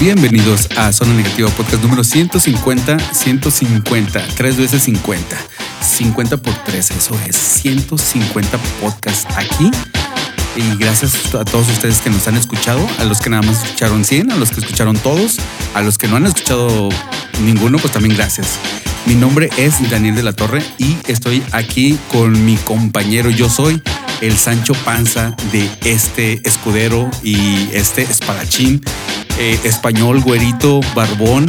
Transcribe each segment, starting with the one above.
Bienvenidos a Zona Negativa Podcast número 150, 150, tres veces 50. 50 por 3, eso es 150 podcasts aquí. Y gracias a todos ustedes que nos han escuchado, a los que nada más escucharon 100, a los que escucharon todos, a los que no han escuchado ninguno, pues también gracias. Mi nombre es Daniel de la Torre y estoy aquí con mi compañero. Yo soy el Sancho Panza de este escudero y este espadachín eh, español, güerito, barbón.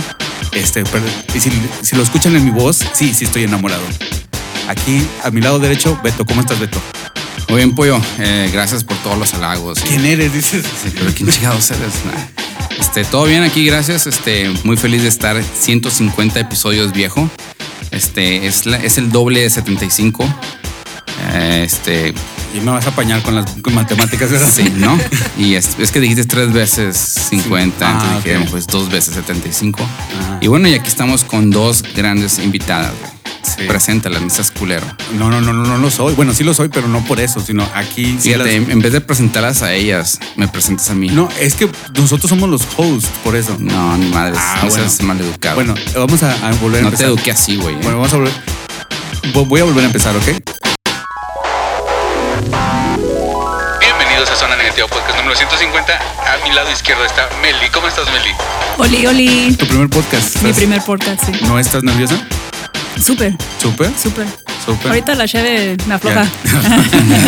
Este, pero- y si, si lo escuchan en mi voz, sí, sí estoy enamorado. Aquí a mi lado derecho, Beto, ¿cómo estás, Beto? Muy bien, Pollo. Eh, gracias por todos los halagos. ¿Quién eres? Dices. Sí, pero ¿quién chingados eres? Nah. Este, todo bien aquí, gracias. Este, muy feliz de estar 150 episodios viejo. Este, es, la- es el doble de 75. Eh, este, Y me vas a apañar con las con matemáticas esas. sí, ¿no? Y es, es que dijiste tres veces 50, Ah, entonces dije, ok. pues dos veces 75. Ah. Y bueno, y aquí estamos con dos grandes invitadas. güey. Sí. Preséntalas, no seas culero. No, no, no, no, no lo soy. Bueno, sí lo soy, pero no por eso, sino aquí. sí Fíjate, las- en en vez de presentarlas a ellas, me presentas a mí. No, es que nosotros somos los hosts, por eso. No, ni madres, Ah, no bueno. seas maleducado. Bueno, vamos a, a volver a no te empezar. eduqué así, güey. eh. Bueno, vamos a volver. Vo- Voy a volver a empezar, ¿ok? Bienvenidos a Zona Negativa Podcast número 150. A mi lado izquierdo está Meli. ¿Cómo estás, Meli? Oli, oli. Tu primer podcast. Mi ¿estás- primer podcast, sí. Pues, ¿No estás nerviosa? Súper, Súper, súper. súper. Ahorita la chave me afloja.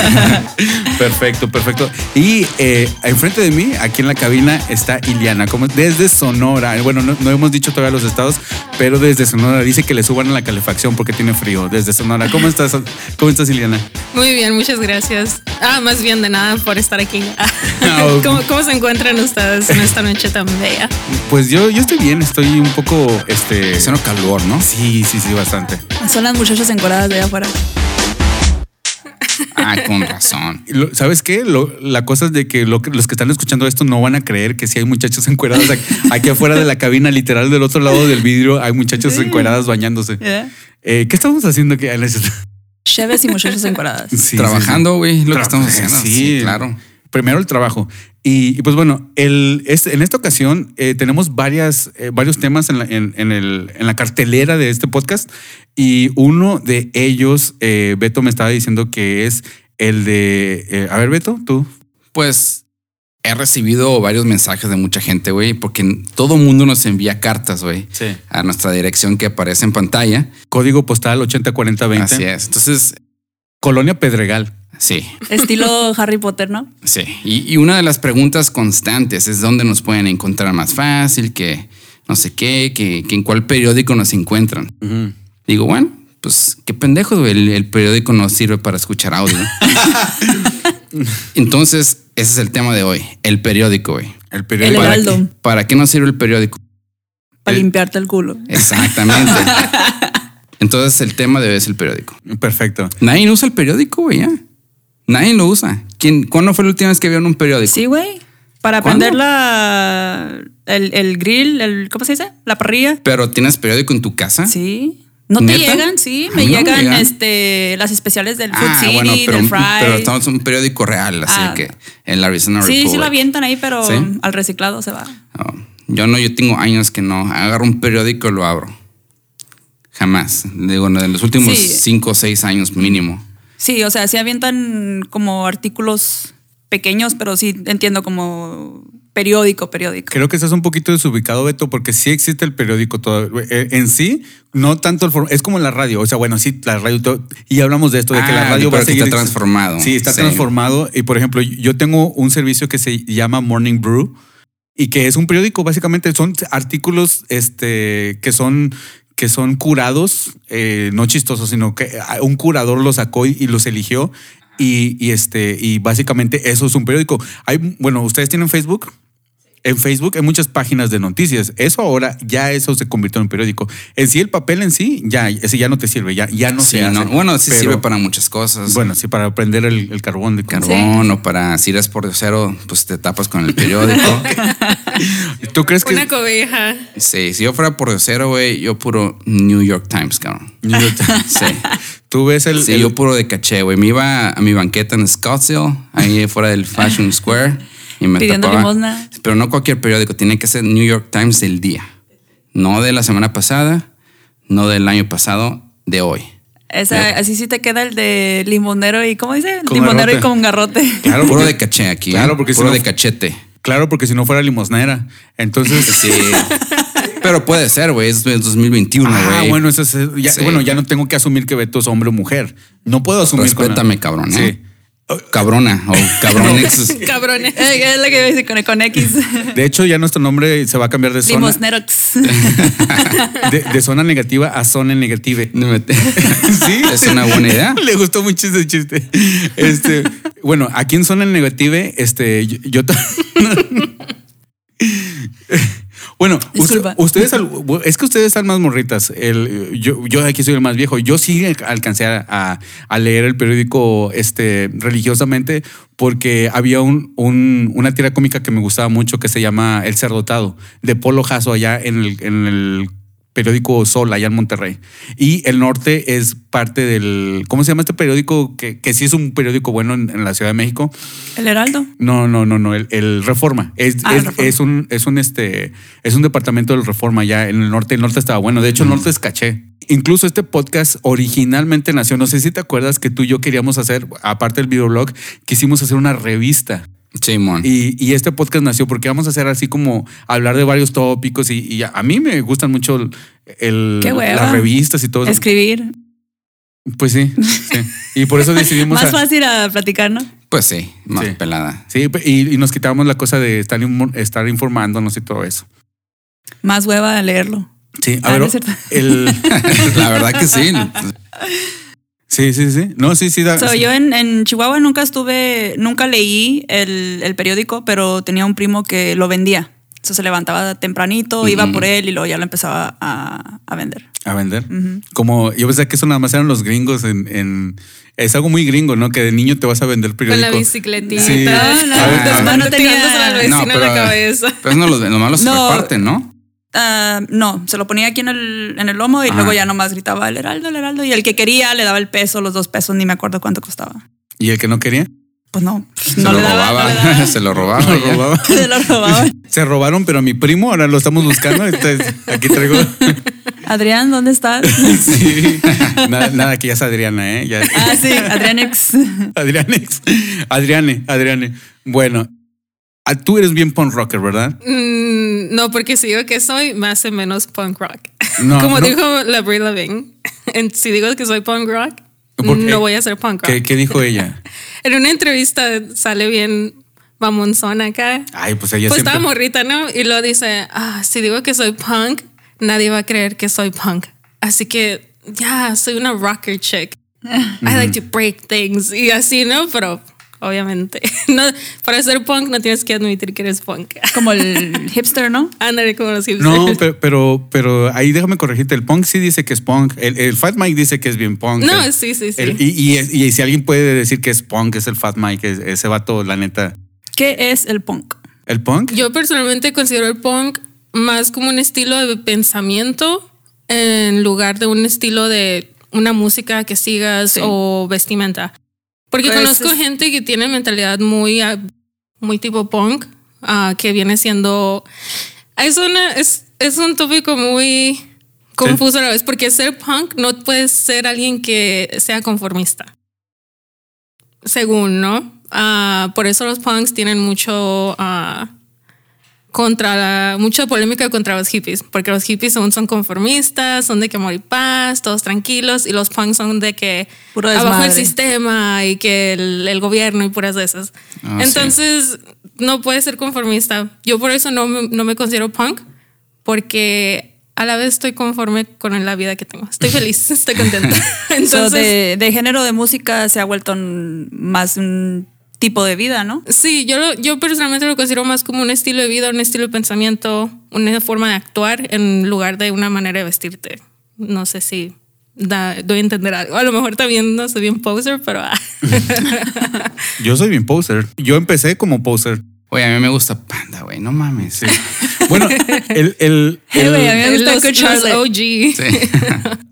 perfecto, perfecto. Y eh, enfrente de mí, aquí en la cabina, está Iliana, como desde Sonora. Bueno, no, no hemos dicho todavía los estados, pero desde Sonora dice que le suban a la calefacción porque tiene frío. Desde Sonora, ¿cómo estás? ¿Cómo estás, Iliana? Muy bien, muchas gracias. Ah, más bien de nada por estar aquí. No. ¿Cómo, cómo se encuentran ustedes en esta noche tan bella? Pues yo, yo estoy bien, estoy un poco, este. Haciendo calor, ¿no? Sí, sí, sí, bastante. Son las muchachas encoradas de allá afuera. Ah, con razón. Y lo- ¿Sabes qué? Lo- la cosa es de que lo que- los que están escuchando esto no van a creer que si hay muchachos encuerados aquí, aquí afuera de la cabina, literal del otro lado del vidrio, hay muchachos encueradas bañándose. ¿Eh? Eh, ¿Qué estamos haciendo aquí? Cheves y muchachas encoradas. Sí, Trabajando, güey, lo que Tra- estamos haciendo. Sí, claro. Primero el trabajo. Y, y pues bueno, el, es- en esta ocasión eh, tenemos varias, eh, varios temas en la, en- en el- en la cartelera de este podcast y uno de ellos, eh, Beto me estaba diciendo que es el de... eh, a ver, Beto, tú. Pues he recibido varios mensajes de mucha gente, güey, porque todo mundo nos envía cartas, güey, Sí. a nuestra dirección que aparece en pantalla. Código postal 804020. Así es. Entonces, Colonia Pedregal. sí, Estilo Harry Potter, ¿no? sí. Y, y una de las preguntas constantes es dónde nos pueden encontrar más fácil, que no sé qué, que, que en cuál periódico nos encuentran. Digo, bueno, pues qué pendejos, güey. El, el periódico no sirve para escuchar audio. Entonces, ese es el tema de hoy. El periódico, güey. El El periódico. ¿Para Heraldo. qué, ¿Para qué nos sirve el periódico? Para Eh. limpiarte el culo. Exactamente. Entonces, el tema de hoy es el periódico. Perfecto. Nadie usa el periódico, güey, ya. Nadie lo usa. ¿Quién, ¿Cuándo fue la última vez que vieron un periódico? Sí, güey. Para ¿Cuándo? prender la. El, el grill, el. ¿Cómo se dice? La parrilla. Pero tienes periódico en tu casa. Sí. ¿No te ¿Neta? llegan? Sí, A me mí no me llegan llegan. este, las especiales del Food Ah, City, bueno, pero, del Fry. pero estamos en un periódico real, así Ah. que el Arizona sí, sí lo Republic. avientan ahí, pero Sí. al reciclado se va. Oh, yo no, yo tengo años que no. Agarro un periódico y lo abro. Jamás. Digo, en los últimos Sí. cinco o seis años mínimo. Sí, o sea, sí avientan como artículos pequeños, pero sí entiendo como periódico, periódico. Creo que estás un poquito desubicado, Beto, porque sí existe el periódico todavía. Eh, En sí, no tanto el form- Es como la radio. O sea, bueno, sí, la radio. y todo- Y hablamos de esto, de que la Ah, radio va pero a que seguir. está exist- transformado. Sí, está Sí. transformado. Y por ejemplo, yo tengo un servicio que se llama Morning Brew y que es un periódico, básicamente. Son artículos este, que son que son curados, eh, no chistosos, sino que ah, un curador los sacó y, y los eligió. Y, y este, y básicamente eso es un periódico. Hay, bueno, ¿ustedes tienen Facebook? En Facebook hay muchas páginas de noticias. Eso ahora ya eso se convirtió en un periódico. En sí el papel en sí ya ese ya no te sirve, ya ya no Sí, se hace. no. Bueno, sí Pero- sirve para muchas cosas. bueno sí para prender el, el carbón de Carbón o para si eres por cero, pues te tapas con el periódico. ¿Tú crees que Una cobija. sí, si yo fuera por cero, güey, yo puro New York Times, cabrón. Sí. tú ves el, Sí, el- yo puro de caché, güey. Me iba a mi banqueta en Scottsdale, ahí fuera del Fashion Square, Y me Pidiendo topaba- limosna. Pero no cualquier periódico, tiene que ser New York Times del día. No de la semana pasada, no del año pasado, de hoy. Esa, Así sí te queda el de limonero y, ¿cómo dice? Con limonero garrote. y con garrote. Claro, Puro porque- de caché aquí. ¿eh? Claro, porque si Puro no- de cachete. Claro, porque si no fuera limosnera. Entonces. Sí. pero puede ser, güey. Es es 2021, güey. Ah, bueno, eso es- ya, Sí. bueno, ya no tengo que asumir que Beto es hombre o mujer. No puedo asumir. con- Respétame, cabrón. ¿eh? Sí. Cabrona o cabrones. Cabrones. Eh, es la que iba a decir con, con X. De hecho, ya nuestro nombre se va a cambiar de zona. Limosnerox. De, de zona negativa a zona negativa. No me te- Sí. Es una buena idea. Le gustó mucho ese chiste. Este, bueno, aquí en Zona Negativa, este, yo, yo ta- Bueno, usted- Disculpa. ustedes, al- es que ustedes están más morritas. El, yo, yo aquí soy el más viejo. Yo sí alcancé a, a- a leer el periódico este, religiosamente porque había un, un- una tira cómica que me gustaba mucho que se llama El Cerdotado, de Polo Jasso allá en el, en el periódico Sol, allá en Monterrey. Y El Norte es parte del, ¿cómo se llama este periódico? Que, que sí es un periódico bueno en- en la Ciudad de México. El Heraldo. No, no, no, no. El, el Reforma. Es, Ah, es- Reforma. es un, es un este, es un departamento del Reforma ya en el norte. El norte estaba bueno. De hecho, el norte es caché. Incluso este podcast originalmente nació. No sé si te acuerdas que tú y yo queríamos hacer, aparte del videoblog, quisimos hacer una revista. Simón. Y, y este podcast nació porque vamos a hacer así como hablar de varios tópicos y, y a mí me gustan mucho el, el- Qué hueva. las revistas y todo eso. Escribir. Pues sí, sí. Y por eso decidimos. Más a- fácil a platicar, ¿no? Pues sí, más Sí. pelada. Sí, y, y nos quitamos la cosa de estar, inmo- estar informándonos y todo eso. Más hueva a leerlo. Sí, a Ah, ver, no es cierto. el- La verdad que sí. sí, sí, sí. No, sí, sí. Da, So, sí. yo en, en Chihuahua nunca estuve, nunca leí el, el periódico, pero tenía un primo que lo vendía. So, se levantaba tempranito, iba por él y luego ya lo empezaba a, a vender. A vender. Como yo pensé que eso nada más eran los gringos en, en- Es algo muy gringo, ¿no? Que de niño te vas a vender Con periódico. la bicicletita. Sí. Ah, No, no, A ver, Ah, no, a ver. no tenía- Tirándosela al vecino en la cabeza. eh, Pero no, los, lo malo se No. reparten, ¿no? Ah, no, se lo ponía aquí en el, en el lomo y Ajá. luego ya nomás gritaba el heraldo, el heraldo. Y el que quería le daba el peso, los dos pesos, ni me acuerdo cuánto costaba. Y el que no quería, Pues no, pff, Se no lo le daba. robaba. se lo robaba. lo ya. robaba. Se lo robaba. Se robaron, pero a mi primo ahora lo estamos buscando. Entonces, aquí traigo. Adrián, ¿dónde estás? Sí. Nada, nada, que ya es Adriana, ¿eh? Ya. ah, sí, Adrián ex. Adrianex. Adriane, Adriane. Bueno, ah, tú eres bien punk rocker, ¿verdad? Mm, no, porque si digo que soy, me hace menos punk rock. No, Como no. dijo la Brie Lavigne, en- si digo que soy punk rock, ¿Por qué? no voy a ser punk rock. ¿Qué, qué dijo ella? En una entrevista sale bien mamonzón acá. Ay, pues ella siempre- pues estaba morrita, ¿no? Y lo dice, ah, si digo que soy punk, nadie va a creer que soy punk. Así que ya, soy una rocker chick. I like to break things. Y así, ¿no? Pero obviamente, no, para ser punk no tienes que admitir que eres punk. Como el hipster, ¿no? Ándale como los hipsters. No, pero, pero, pero ahí déjame corregirte. El punk sí dice que es punk. El, el Fat Mike dice que es bien punk. No, El- sí, sí, sí. el- y, y es- y si alguien puede decir que es punk, es el Fat Mike, es- ese vato, la neta. ¿Qué es el punk? ¿El punk? Yo personalmente considero el punk más como un estilo de pensamiento en lugar de un estilo de una música que sigas Sí. o vestimenta. Porque Pues conozco es- gente que tiene mentalidad muy, ah, muy tipo punk, ah, que viene siendo... Es, una, es, es un tópico muy confuso a la vez, porque ser punk no puedes ser alguien que sea conformista según, ¿no? Ah, por eso los punks tienen mucho ah, contra la- mucha polémica contra los hippies, porque los hippies son, son conformistas, son de que amor y paz, todos tranquilos, y los punks son de que Puro abajo el desmadre. sistema y que el, el gobierno y puras de esas. Ah, Entonces, no puedes ser conformista. Yo por eso no, me- no me considero punk, porque a la vez estoy conforme con la vida que tengo. Estoy feliz, estoy contenta. So, Entonces, de, de género de música se ha vuelto un- más un tipo de vida, ¿no? Sí, yo, lo- yo personalmente lo considero más como un estilo de vida, un estilo de pensamiento, una forma de actuar en lugar de una manera de vestirte. No sé si da- doy a entender algo. A lo mejor también no soy bien poser, pero... ah. Yo soy bien poser. Yo empecé como poser. Oye, a mí me gusta panda, güey. No mames. Sí. Bueno, el, el, Hey, güey, a mí me gusta los, escucharle. los OG. Sí.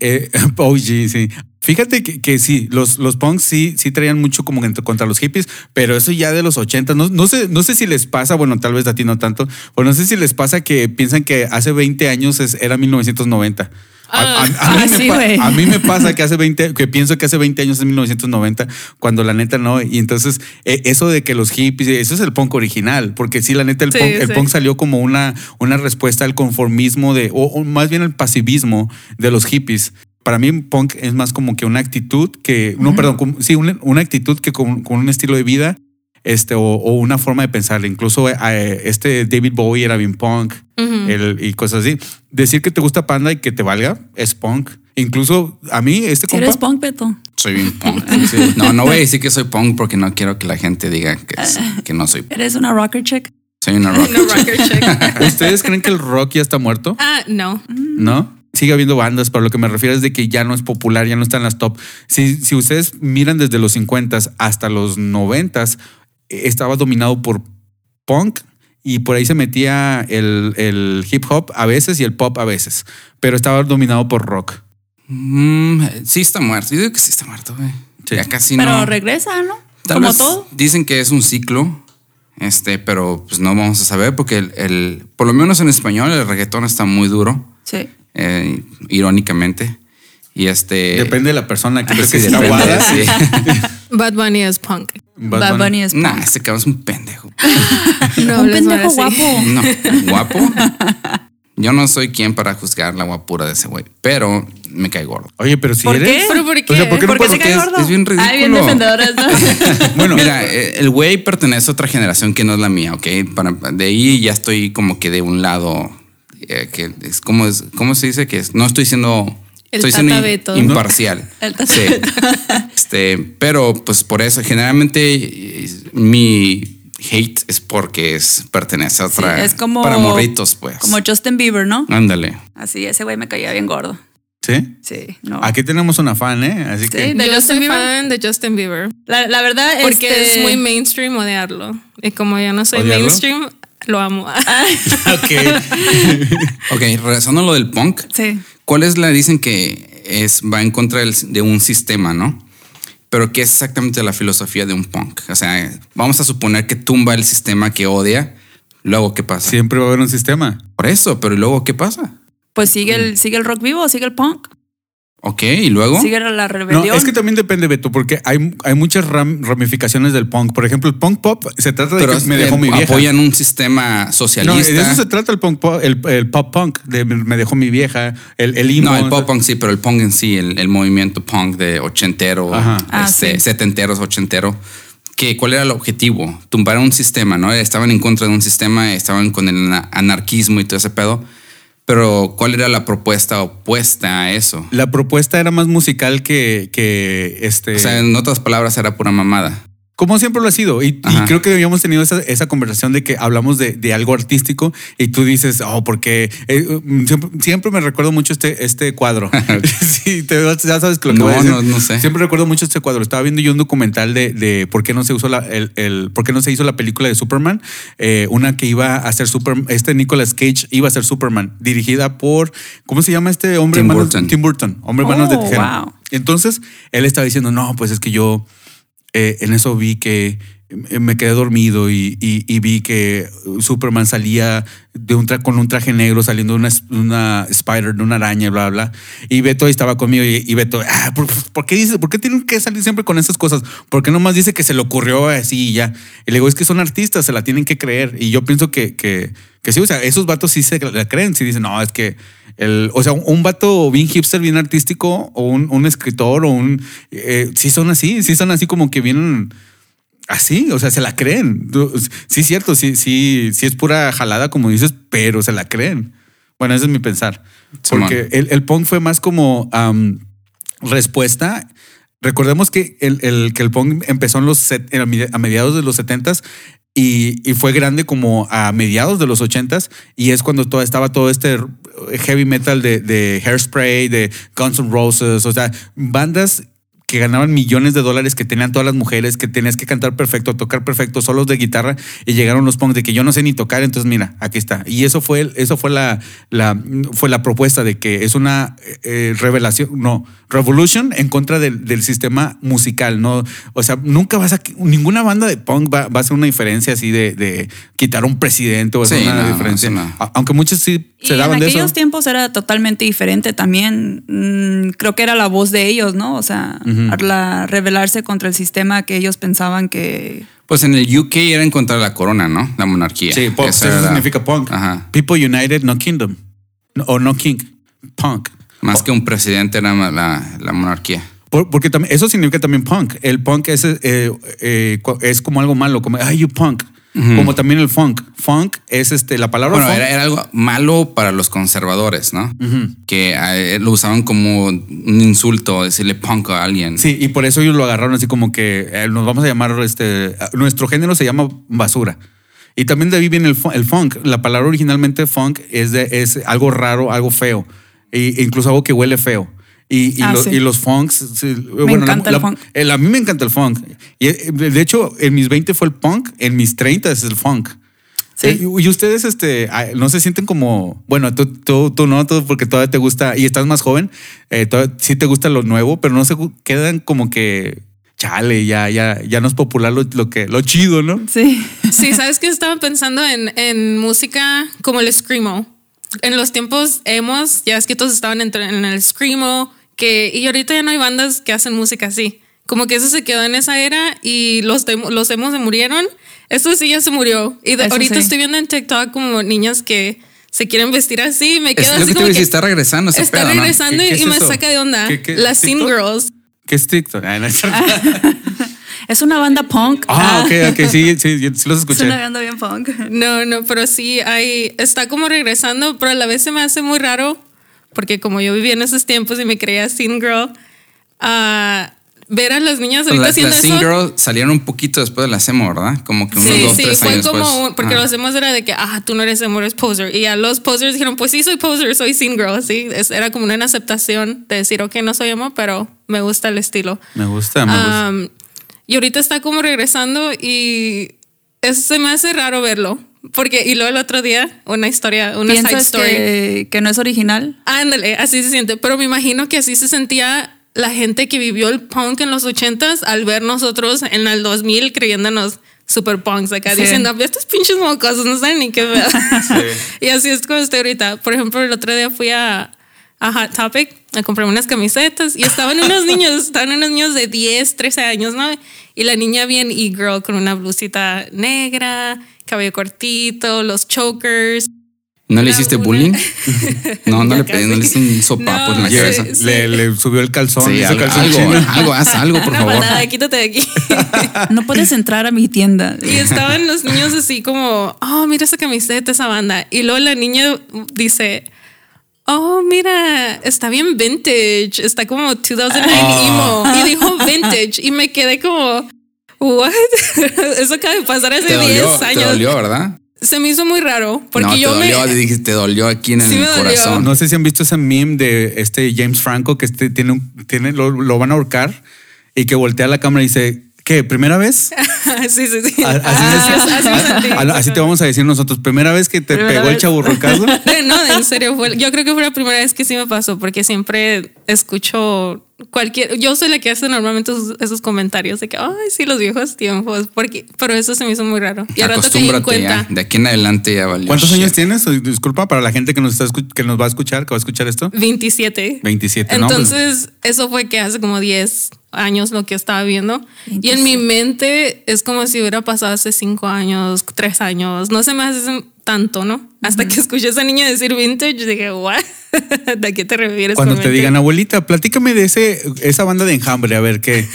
eh, OG, sí. Fíjate que, que sí, los, los punks sí, sí traían mucho como entre- contra los hippies, pero eso ya de los 80, no, no, sé, no sé si les pasa, bueno, tal vez a ti no tanto, pero no sé si les pasa que piensan que hace 20 años es- era 1990. A, a- a Ah, mí me sí, pa- güey. a mí me pasa que hace 20, que pienso que hace 20 años es 1990, cuando la neta no. Y entonces, eh, eso de que los hippies, eso es el punk original, porque sí, la neta, el, Sí, punk, el sí. punk salió como una, una respuesta al conformismo de, o, o más bien al pasivismo de los hippies. Para mí, punk es más como que una actitud que, no, perdón, como- sí, una, una actitud que con, con un estilo de vida este, o, o una forma de pensar. Incluso eh, este David Bowie era bien punk el- y cosas así. Decir que te gusta Panda y que te valga es punk. Incluso a mí, este Si eres compa. punk, Beto. Soy bien punk. No, no voy a decir que soy punk porque no quiero que la gente diga que, es- que no soy punk. Eres una rocker chick. Soy una rock. No record check. ¿Ustedes creen que el rock ya está muerto? Ah, no. ¿No? Sigue habiendo bandas, pero lo que me refiero es de que ya no es popular, ya no está en las top. Si, si ustedes miran desde los 50 hasta los 90 estaba dominado por punk y por ahí se metía el, el hip hop a veces y el pop a veces, pero estaba dominado por rock. Mm, sí está muerto. Yo digo que sí está muerto, güey. Sí. Ya casi Pero no. regresa, ¿no? Tal Como vez todo. Dicen que es un ciclo, este, pero pues no vamos a saber porque el, el- por lo menos en español, el reggaetón está muy duro, Sí. eh, irónicamente. Y este. Depende de la persona que creo Sí, que está depende, guada. sí. Bad Bunny es punk. Bad Bad Bunny. Bunny es punk. nah, este cabrón es un pendejo. No Un les voy a pendejo decir. guapo. No, guapo. Yo no soy quien para juzgar la guapura de ese güey, pero me cae gordo. Oye, pero si ¿Por eres. qué? ¿Pero por O sea, qué? ¿por qué no ¿Por qué puedes- te Eh, cae es- gordo? es bien Ay, bien ridículo. defendedoras, ¿no? Bueno, mira, eh, el güey pertenece a otra generación que no es la mía, ¿ok? Para- de ahí ya estoy como que de un lado, eh, que es como es, ¿cómo se dice que es? No estoy siendo, El estoy siendo Tata i- Beto. imparcial. El Tata sí. Este, pero pues por eso, generalmente eh, mi hate es porque es, pertenece a Sí, otra, es como. para morritos, pues. Como Justin Bieber, ¿no? Ándale. Así, ese güey me caía bien gordo. ¿Sí? Sí, no. Ah, Aquí tenemos una fan, ¿eh? Así Sí. que. ¿De Yo Justin soy Bieber? fan de Justin Bieber. La, la verdad Porque este, es muy mainstream odiarlo. Y como yo no soy ¿Odiarlo? mainstream, lo amo. Ah. Ok. Ok, regresando a lo del punk. Sí. ¿Cuál es la dicen que es va en contra del- de un sistema, no? Pero qué es exactamente la filosofía de un punk. O sea, vamos a suponer que tumba el sistema que odia. Luego qué pasa? Siempre va a haber un sistema. Por eso, pero luego qué pasa? Pues sigue Mm. el, sigue el rock vivo, sigue el punk, Ok, y luego. sigue la No, rebelión. es que también depende, Beto, porque hay, hay muchas ram- ramificaciones del punk. Por ejemplo, el punk pop se trata de pero que me eh, dejó mi vieja. apoyan un sistema No, socialista. de eso se trata el punk pop, el, el pop punk, de me dejó mi vieja, el, el emo. No, el pop punk sí, pero el punk en sí, el, el movimiento punk de ochentero, Ajá. Ah, este, sí. setenteros, ochentero. Que, ¿Cuál era el objetivo? Tumbar un sistema, ¿no? Estaban en contra de un sistema, estaban con el ana- anarquismo y todo ese pedo. Pero, ¿cuál era la propuesta opuesta a eso? La propuesta era más musical que, que este. O sea, en otras palabras, era pura mamada. Como siempre lo ha sido. Y, y Ajá. creo que habíamos tenido esa, esa conversación de que hablamos de, de algo artístico y tú dices, oh, porque eh, mm, siempre, siempre me recuerdo mucho este, este cuadro. sí, te- ya sabes que lo que No, voy a decir. no, no sé. Siempre recuerdo mucho este cuadro. Estaba viendo yo un documental de, de por qué no se usó la, el, el- por qué no se hizo la película de Superman. Eh, una que iba a ser Superman, este Nicolas Cage iba a ser Superman, dirigida por, ¿cómo se llama este hombre? Tim Manos- Burton. Tim Burton, hombre manos de Oh, tijera. wow. Entonces, él estaba diciendo, no, pues es que yo eh, en eso vi que eh, me quedé dormido y, y- y vi que Superman salía de un tra- con un traje negro saliendo de una, s- una spider, de una araña, bla, bla. Y Beto ahí estaba conmigo y, y Beto, "Ah, ¿por, por qué dice, ¿por qué tienen que salir siempre con esas cosas? ¿Por qué nomás dice que se le ocurrió así y ya? Y le digo, es que son artistas, se la tienen que creer. Y yo pienso que, que, que sí, o sea, esos vatos sí se la creen, sí dicen, no, es que... El, o sea, un, un vato bien hipster, bien artístico, o un, un escritor, o un... eh, sí son así, sí son así como que vienen así, o sea, se la creen. Du- Sí, es cierto, sí, sí, sí es pura jalada, como dices, pero se la creen. Bueno, ese es mi pensar. Simón. Porque el, el punk fue más como am, respuesta. Recordemos que el, el- que el punk empezó en los set- en la mide- a mediados de los 70s y, y fue grande como a mediados de los 80s y es cuando todo, estaba todo este heavy metal de, de Hairspray, de Guns N' Roses, o sea, bandas que ganaban millones de dólares, que tenían todas las mujeres, que tenías que cantar perfecto, tocar perfecto, solos de guitarra, y llegaron los punks de que yo no sé ni tocar, entonces mira, aquí está. Y eso fue, el- eso fue la, la- fue la propuesta de que es una eh, revelación, no, revolution en contra del, del sistema musical, ¿no? O sea, nunca vas a, ninguna banda de punk va, va a hacer una diferencia así de, de quitar un presidente o hacer Sí, una no, diferencia. sí, no. A- Aunque muchos sí Y se en daban de aquellos eso. tiempos era totalmente diferente también. Mm, creo que era la voz de ellos, ¿no? O sea, la rebelarse contra el sistema que ellos pensaban que. Pues en el UK era en contra de la corona, ¿no? La monarquía. Sí, pop, Esa eso era la- significa punk. Ajá. People United, no Kingdom. No- o no King, punk. Más que un presidente era ma- la, la monarquía. Por- porque también, eso significa también punk. El punk es, eh, eh, cu- es como algo malo, como, ay, you punk. Como también el funk. Funk es este, la palabra Bueno, funk. era, era algo malo para los conservadores, ¿no? Que eh, lo usaban como un insulto, decirle punk a alguien. Sí, y por eso ellos lo agarraron así como que eh, nos vamos a llamar, este, nuestro género se llama basura. Y también de ahí viene el, fu- el funk. La palabra originalmente funk es, de, es algo raro, algo feo, e incluso algo que huele feo. Y, y Ah, lo- sí. y los funks. sí, bueno, la- encanta el la- funk. el- a mí me encanta el funk. Y, eh, de hecho, en mis 20 fue el punk, en mis 30 es el funk. Sí. Eh, Y, ustedes, este, ah, no se sienten como, bueno, tú, tú, tú no, tú porque todavía te gusta y estás más joven, eh, todavía sí te gusta lo nuevo, pero no se gu- quedan como que, chale, ya, ya, ya no es popular lo, lo que, lo chido, ¿no? Sí. Sí, sabes que estaba pensando en, en música como el screamo. En los tiempos hemos, ya es que todos estaban entre- en el screamo, que y ahorita ya no hay bandas que hacen música así. Como que eso se quedó en esa era y los demo- los emos se murieron. Eso sí ya se murió. Y de- Eso ahorita sí. estoy viendo en TikTok como niñas que se quieren vestir así, me Es quedo lo así que te iba como a decir, que está regresando ese está pedo, ¿no? regresando ¿Qué- y, qué es y me eso? saca de onda. ¿Qué- qué- Las Sim TikTok? Girls. Qué estricto. Ah, no es cierto. Es una banda punk. Ah, ok, ok, sí, sí, yo sí los Es escuché. una banda bien punk. No, no, pero sí, hay, está como regresando, pero a la vez se me hace muy raro, porque como yo vivía en esos tiempos y me creía sin girl, ah, ver a las niñas ahorita Las, haciendo Pues las Teen eso. Girls salieron un poquito después de la emo, ¿verdad? Como que unos Sí, dos, sí, tres fue años como, después. un- porque Ajá. los hemos era de que, ah, tú no eres amor, eres poser. Y a los posers dijeron, pues sí, soy poser, soy sin girl, sí. Es- era como una aceptación de decir, ok, no soy emo, pero me gusta el estilo. Me gusta, me gusta. Um, y ahorita está como regresando y es- se me hace raro verlo. Porque, y luego el otro día, una historia, una side ¿Piensas story. que, que no es original? Ándale, así se siente. Pero me imagino que así se sentía la gente que vivió el punk en los ochentas al ver nosotros en el 2000 creyéndonos super punks acá, Sí. diciendo, estos pinches mocosos no saben ni qué ver. Y así es como estoy ahorita. Por ejemplo, el otro día fui a, a Hot Topic a comprarme unas camisetas y estaban unos niños, estaban unos niños de 10, 13 años, ¿no? Y la niña bien e-girl con una blusita negra, cabello cortito, los chokers. ¿No le Una- hiciste una- bullying? No, no Ya le, pedí, no casi. le hice un sopapo en la No, Llega- cabeza. sí, sí. Le, le subió el calzón, Sí, le hizo algo, calzón algo, chino. algo, haz algo, por Una favor. patada, quítate de aquí. No puedes entrar a mi tienda. Y estaban los niños así como, oh, mira esa camiseta, esa banda. Y luego la niña dice, oh, mira, está bien vintage, está Ah. como 2009 emo. Y dijo vintage. Y me quedé como, what? Eso acaba de pasar hace Te 10 dolió, te años. dolió, ¿verdad? Se me hizo muy raro porque no, yo te me... dolió, dije, te dolió aquí en Sí el me dolió. corazón. No sé si han visto ese meme de este James Franco que este tiene un- tiene, lo, lo van a ahorcar y que voltea la cámara y dice, ¿qué? ¿Primera vez? sí, sí, sí. A- Así, Ah, así, es- así me Ah, sentí. a- así te vamos a decir nosotros. Primera vez que te Primera pegó el vez. chaburrocazo. No, en serio, fue, yo creo que fue la primera vez que sí me pasó, porque siempre escucho cualquier, yo soy la que hace normalmente esos, esos comentarios de que, ay, sí, los viejos tiempos, porque, pero eso se me hizo muy raro. Y al rato caí en Acostúmbrate cuenta, ya. De aquí en adelante ya valió. ¿Cuántos shit. años tienes? Uy, Disculpa para la gente que nos, está escu- que nos va a escuchar, que va a escuchar esto. 27. 27, ¿no? Entonces, eso fue que hace como 10 años lo que estaba viendo. Y en mi mente es como si hubiera pasado hace 5 años, 3 años, no se me hace tanto, ¿no? Hasta que escuché a esa niña decir vintage, dije, what? ¿De qué te refieres? Cuando con te vintage? digan, abuelita, platícame de ese, esa banda de enjambre, a ver qué,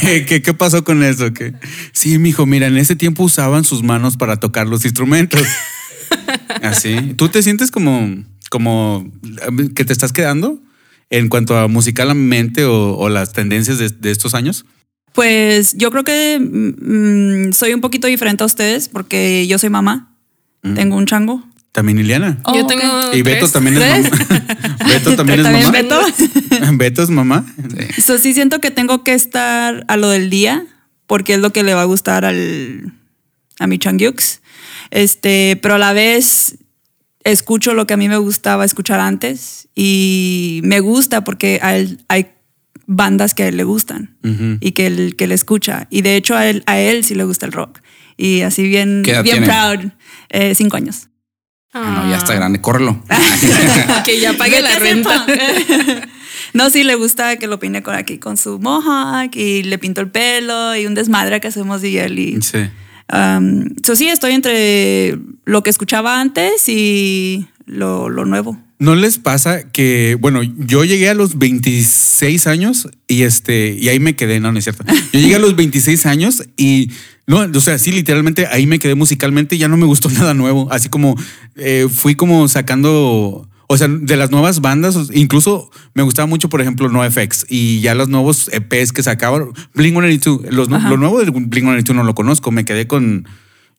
qué, qué, qué pasó con eso. ¿Qué? Sí, mijo, mira, en ese tiempo usaban sus manos para tocar los instrumentos. Así. ¿Tú te sientes como, como que te estás quedando en cuanto a musicalmente o, o las tendencias de, de estos años? Pues yo creo que Mm. mm, soy un poquito diferente a ustedes porque yo soy mamá. Tengo un chango. También Ileana. Oh, Yo ok. tengo. y Beto tres. también es mamá. Beto también es mamá. ¿También Beto? Beto es mamá. So, sí siento que tengo que estar a lo del día, porque es lo que le va a gustar al, a mi Changyuks. Este, pero a la vez escucho lo que a mí me gustaba escuchar antes y me gusta porque a él- hay bandas que a él le gustan y que él, que él escucha. Y de hecho a él, a él sí le gusta el rock. Y así bien, ¿Qué edad bien tiene? proud. Eh, cinco años. Ah, no, ya está grande, córrelo. Que ya pague Vete a la hacer renta. Eh, punk. no, sí, le gusta que lo peine con aquí con su mohawk y le pinto el pelo y un desmadre que hacemos y él. Y, Sí. Um, so, sí, estoy entre lo que escuchaba antes y lo, lo nuevo. ¿No les pasa que, bueno, yo llegué a los 26 años y este, y ahí me quedé, no, no es cierto. Yo llegué a los 26 años y, no, o sea, sí, literalmente ahí me quedé musicalmente y ya no me gustó nada nuevo. Así como eh, fui como sacando, o sea, de las nuevas bandas, o- incluso me gustaba mucho, por ejemplo, NoFX y ya los nuevos EPs que sacaban, Blink 182, los, nu- lo nuevo del Blink 182 no lo conozco, me quedé con,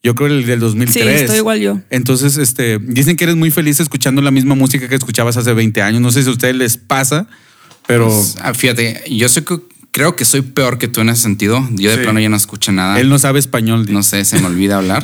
yo creo, el del 2003. estoy igual yo. Entonces, este, dicen que eres muy feliz escuchando la misma música que escuchabas hace 20 años. No sé si a ustedes les pasa, pero Ah, fíjate, yo soy que- creo que soy peor que tú en ese sentido. Yo de Sí. plano ya no escucho nada. él no sabe español. di- ah, No sé, se me olvida hablar.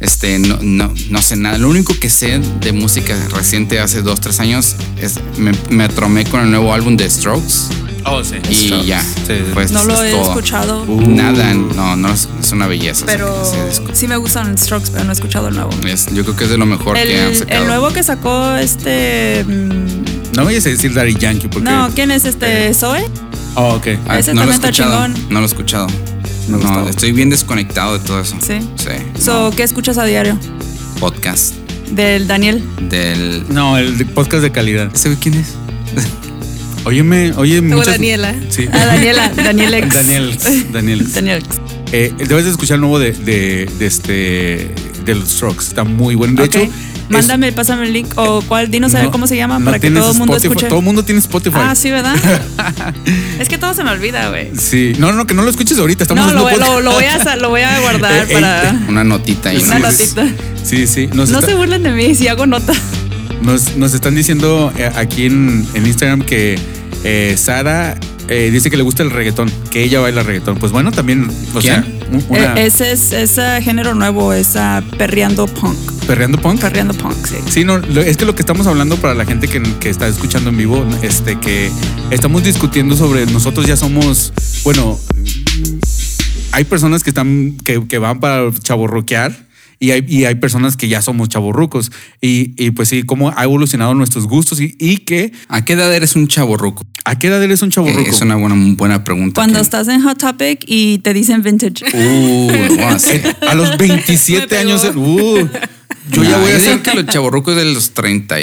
Este, no, no, no sé nada. Lo único que sé de música reciente hace dos, tres años es me, me atromé con el nuevo álbum de Strokes Oh, y Strokes. ya. Sí. Pues No lo es he todo. escuchado, Nada, no, no es, es una belleza. Uh. pero ese- ese disco. sí me gustan los Strokes, pero no he escuchado el nuevo. Es- yo creo que es de lo mejor El, que han sacado. el nuevo que sacó este... mm, No vayas a decir Daddy Yankee porque. No, ¿quién es este? ¿Zoe? Oh, ok. Ah, ese no lo he también está escuchado. chingón. No lo he escuchado. No, Me gustó. estoy bien desconectado de todo eso. Sí. Sí. So, ¿Qué escuchas a diario? Podcast Del Daniel. del. No, el de- podcast de calidad. ¿Ese güey quién es? Óyeme, oye, muchas- Daniela. Sí. A Daniela, Daniel X. Daniel. Daniel. Daniel X. Eh, debes de escuchar el nuevo de, de, de este de los Strokes. Está muy bueno. De Ok. hecho, es- Mándame, pásame el link o cuál, dinos a ver no- cómo se llama no para que tienes todo el mundo Spotify. escuche. Todo el mundo tiene Spotify. ah, sí, ¿verdad? es que todo se me olvida, güey. Sí. No, no, que no lo escuches ahorita. Estamos No, lo, haciendo voy- lo- podcast. lo voy a, sa- lo voy a guardar Eh, eh, para Una notita ahí. una ¿no? sí, pues, sí. notita. Sí, sí. Nos No está- se burlen de mí si hago nota. Nos, nos están diciendo eh, aquí en, en Instagram que eh, Sara eh, dice que le gusta el reggaetón, que ella baila reggaetón. Pues bueno, también, o ¿Quién? sea, un- una Eh, Ese es ese género nuevo, esa perreando punk. perreando punk. Perreando punk, sí. Sí, no, lo- es que lo que estamos hablando para la gente que, que está escuchando en vivo, este, que estamos discutiendo sobre nosotros ya somos, bueno, hay personas que están, que, que van para chaborroquear y hay, y hay personas que ya somos chaborrucos y, y pues sí, cómo ha evolucionado nuestros gustos y, y que ¿A qué edad eres un chavo ruco? ¿A qué edad eres un chavo es una buena, buena pregunta. Cuando que- estás en Hot Topic y te dicen vintage. Uh, bueno, sí. A los 27 Me pegó. años. uh, yo ya No, voy a yo digo ser. que los chavorrucos de los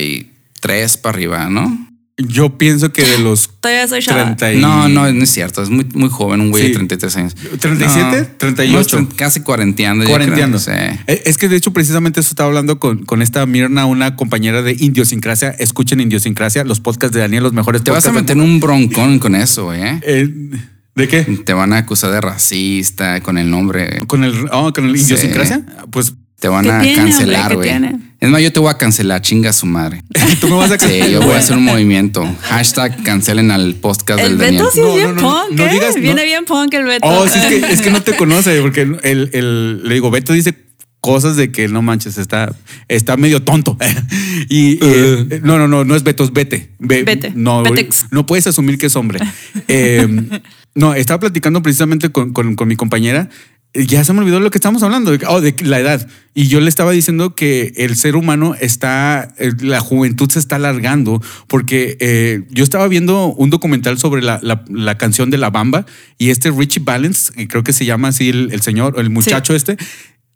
33 para arriba, ¿no? Yo pienso que de los Todavía soy chava. 30 y- No, no, no es cierto. Es muy, muy joven, un güey Sí. de 33 años. ¿37? No, 38. unos tre- casi cuarenteando. yo creo, Cuarenteando. sí. Eh, Es que de hecho, precisamente eso estaba hablando con, con esta Mirna, una compañera de Indiosincrasia. Escuchen Indiosincrasia, los podcasts de Daniel, los mejores Te vas a podcasts meter en un broncón con eso, güey. ¿eh? de- Eh, ¿De qué? Te van a acusar de racista con el nombre. ¿Con el, oh, con el Indiosincrasia? Pues Te van ¿Qué a tiene, hombre? cancelar, ¿Qué güey. tiene? Es más, yo te voy a cancelar, chinga su madre. tú me vas a Sí, yo voy a hacer un movimiento. Hashtag cancelen al podcast del El Daniel. Beto sí No, es bien no, no, punk, no ¿eh? digas, no. Viene bien punk el Beto. Oh, sí, es que, es que no te conoce, porque el, el- el- le digo, Beto dice cosas de que no manches, está, está medio tonto. y eh, no, no, no, no es Beto, es Bete. Be- Bete. No, Betex. no puedes asumir que es hombre. Eh, no, estaba platicando precisamente con, con- con mi compañera. eh, Ya se me olvidó lo que estábamos hablando, de, oh, de la edad. Y yo le estaba diciendo que el ser humano está, eh, la juventud se está alargando, porque eh, yo estaba viendo un documental sobre la, la- la canción de La Bamba y este Richie Valens, eh, creo que se llama así el, el señor, el muchacho este.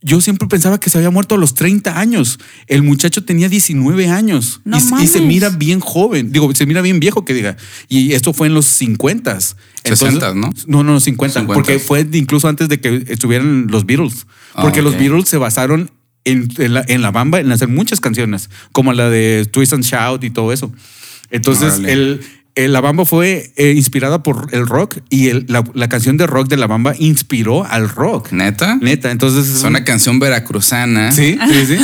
Yo siempre pensaba que se había muerto a los 30 años. El muchacho tenía 19 años No y, se- y se mames. mira bien joven, digo, se mira bien viejo que diga. Y esto fue en los 50 60s, ¿no? No, no, 50, 50s. porque fue incluso antes de que estuvieran los Beatles, Ah, porque los ok. Beatles se basaron en, en la, en la bamba, en hacer muchas canciones, como la de Twist and Shout y todo eso. Entonces, Órale. el, el La Bamba fue eh, inspirada por el rock y el- la, la canción de rock de La Bamba inspiró al rock. ¿Neta? Neta, entonces... es Es un- una canción veracruzana. Sí, sí, sí.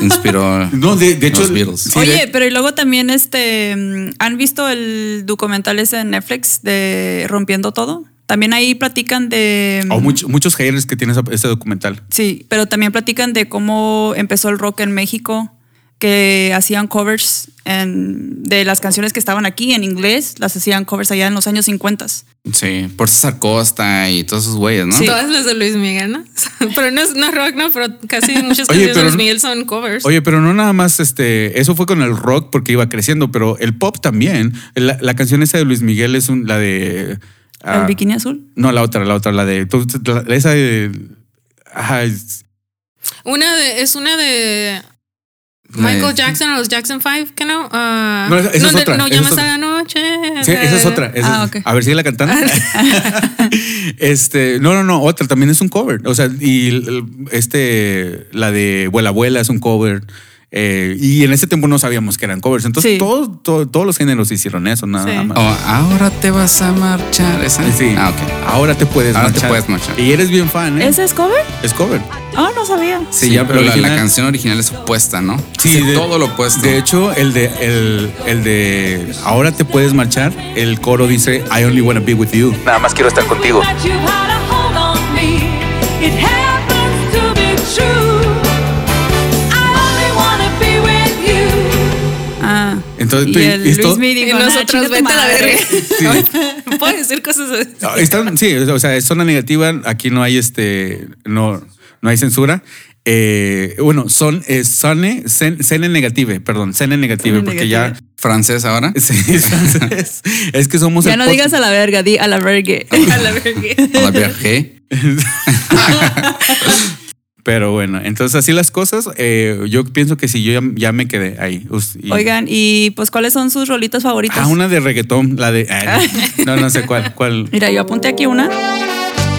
inspiró No, de, de hecho. los Beatles. sí, de- Oye, pero y luego también este, mm, ¿han visto el documental ese de Netflix de Rompiendo Todo? También ahí platican de... mm, o mucho- muchos haters que tiene esa- ese documental. Sí, pero también platican de cómo empezó el rock en México, que hacían covers en- de las canciones que estaban aquí en inglés, las hacían covers allá en los años 50. Sí, por César Costa y todos esos güeyes, ¿no? Todas las de Luis Miguel, ¿no? pero no es no es rock, no, pero casi muchas Oye, canciones de pero Luis no- Miguel son covers. Oye, pero no nada más este, eso fue con el rock porque iba creciendo, pero el pop también. La, la canción esa de Luis Miguel es un, la de. ah, ¿El bikini azul? No, la otra, la otra, la de. tú- tú- la- Esa de. Ajá, es- Una de, es una de Michael Jackson o los Jackson Five, que no. Ah, No, esa- esa es no, de- otra, no esa es llamas otra. a la noche. sí, esa es otra. esa Ah, es- ok. Ah, A ver, sigue la cantando. este, no, no, no, otra también es un cover. O sea, y el- el- este, la de Vuela Abuela es un cover. eh, y en ese tiempo no sabíamos que eran covers. Entonces, Sí. todo- todo- todos los géneros hicieron eso, nada Sí. más. O ahora te vas a marchar. ¿Esa? Sí. Ah, ok. Ahora te puedes Ahora te marchar. puedes marchar. Y eres bien fan, ¿eh? ¿Ese es cover? Es cover. Ah, no sabía. Sí, Sí, pero la, la original. canción original es opuesta, ¿no? de- todo lo opuesto. De hecho, el de, el, el de Ahora te puedes marchar, el coro dice I only wanna be with you. Nada más quiero estar contigo. That you had a hold on me. It happens to be true. I only wanna be with you. Ah. Entonces, y tú- el y esto- Luis Miguel Y dijo, "Nah, nosotros, chinga tu vete a la madre". verga. Sí. Puedo decir cosas así. Ah, están- sí, o sea, es zona negativa, aquí no hay este, no, no hay censura. Eh, bueno, son eh, Sone, sen- Sene negative, perdón, Sene negative, Sene porque negative. francés ahora. ya sí, entonces, es que somos Ya el no podcast- digas a la verga, di a la verga. A la verga. O la viajé. Pero bueno, entonces así las cosas. eh, yo pienso que si yo ya, ya me quedé ahí. Us- y- Oigan, ¿y pues cuáles son sus rolitas favoritas? Ah, una de reggaetón, la de. ay, Ah. no, no sé cuál, cuál. Mira, yo apunté aquí una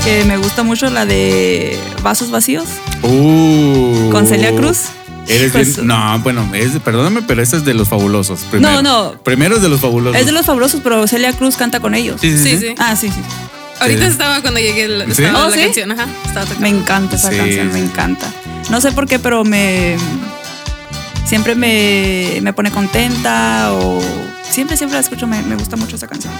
que me gusta mucho, la de Vasos Vacíos. Uh. ¿Con Celia Cruz? Eres Pues- bien- No, bueno, es, perdóname, pero esa es de los fabulosos. primero. No, no. Primero es de los fabulosos. Es de los fabulosos, pero Celia Cruz canta con ellos. Sí, sí, sí. Sí, sí. Ah, sí, sí. Ahorita estaba cuando llegué, la- ¿Sí? estaba Oh, la ¿sí? canción, ajá. Estaba tocando. Me encanta esa Sí, canción, me sí. encanta. No sé por qué, pero me. Siempre me, me pone contenta o. Siempre, siempre la escucho, me, me gusta mucho esa canción.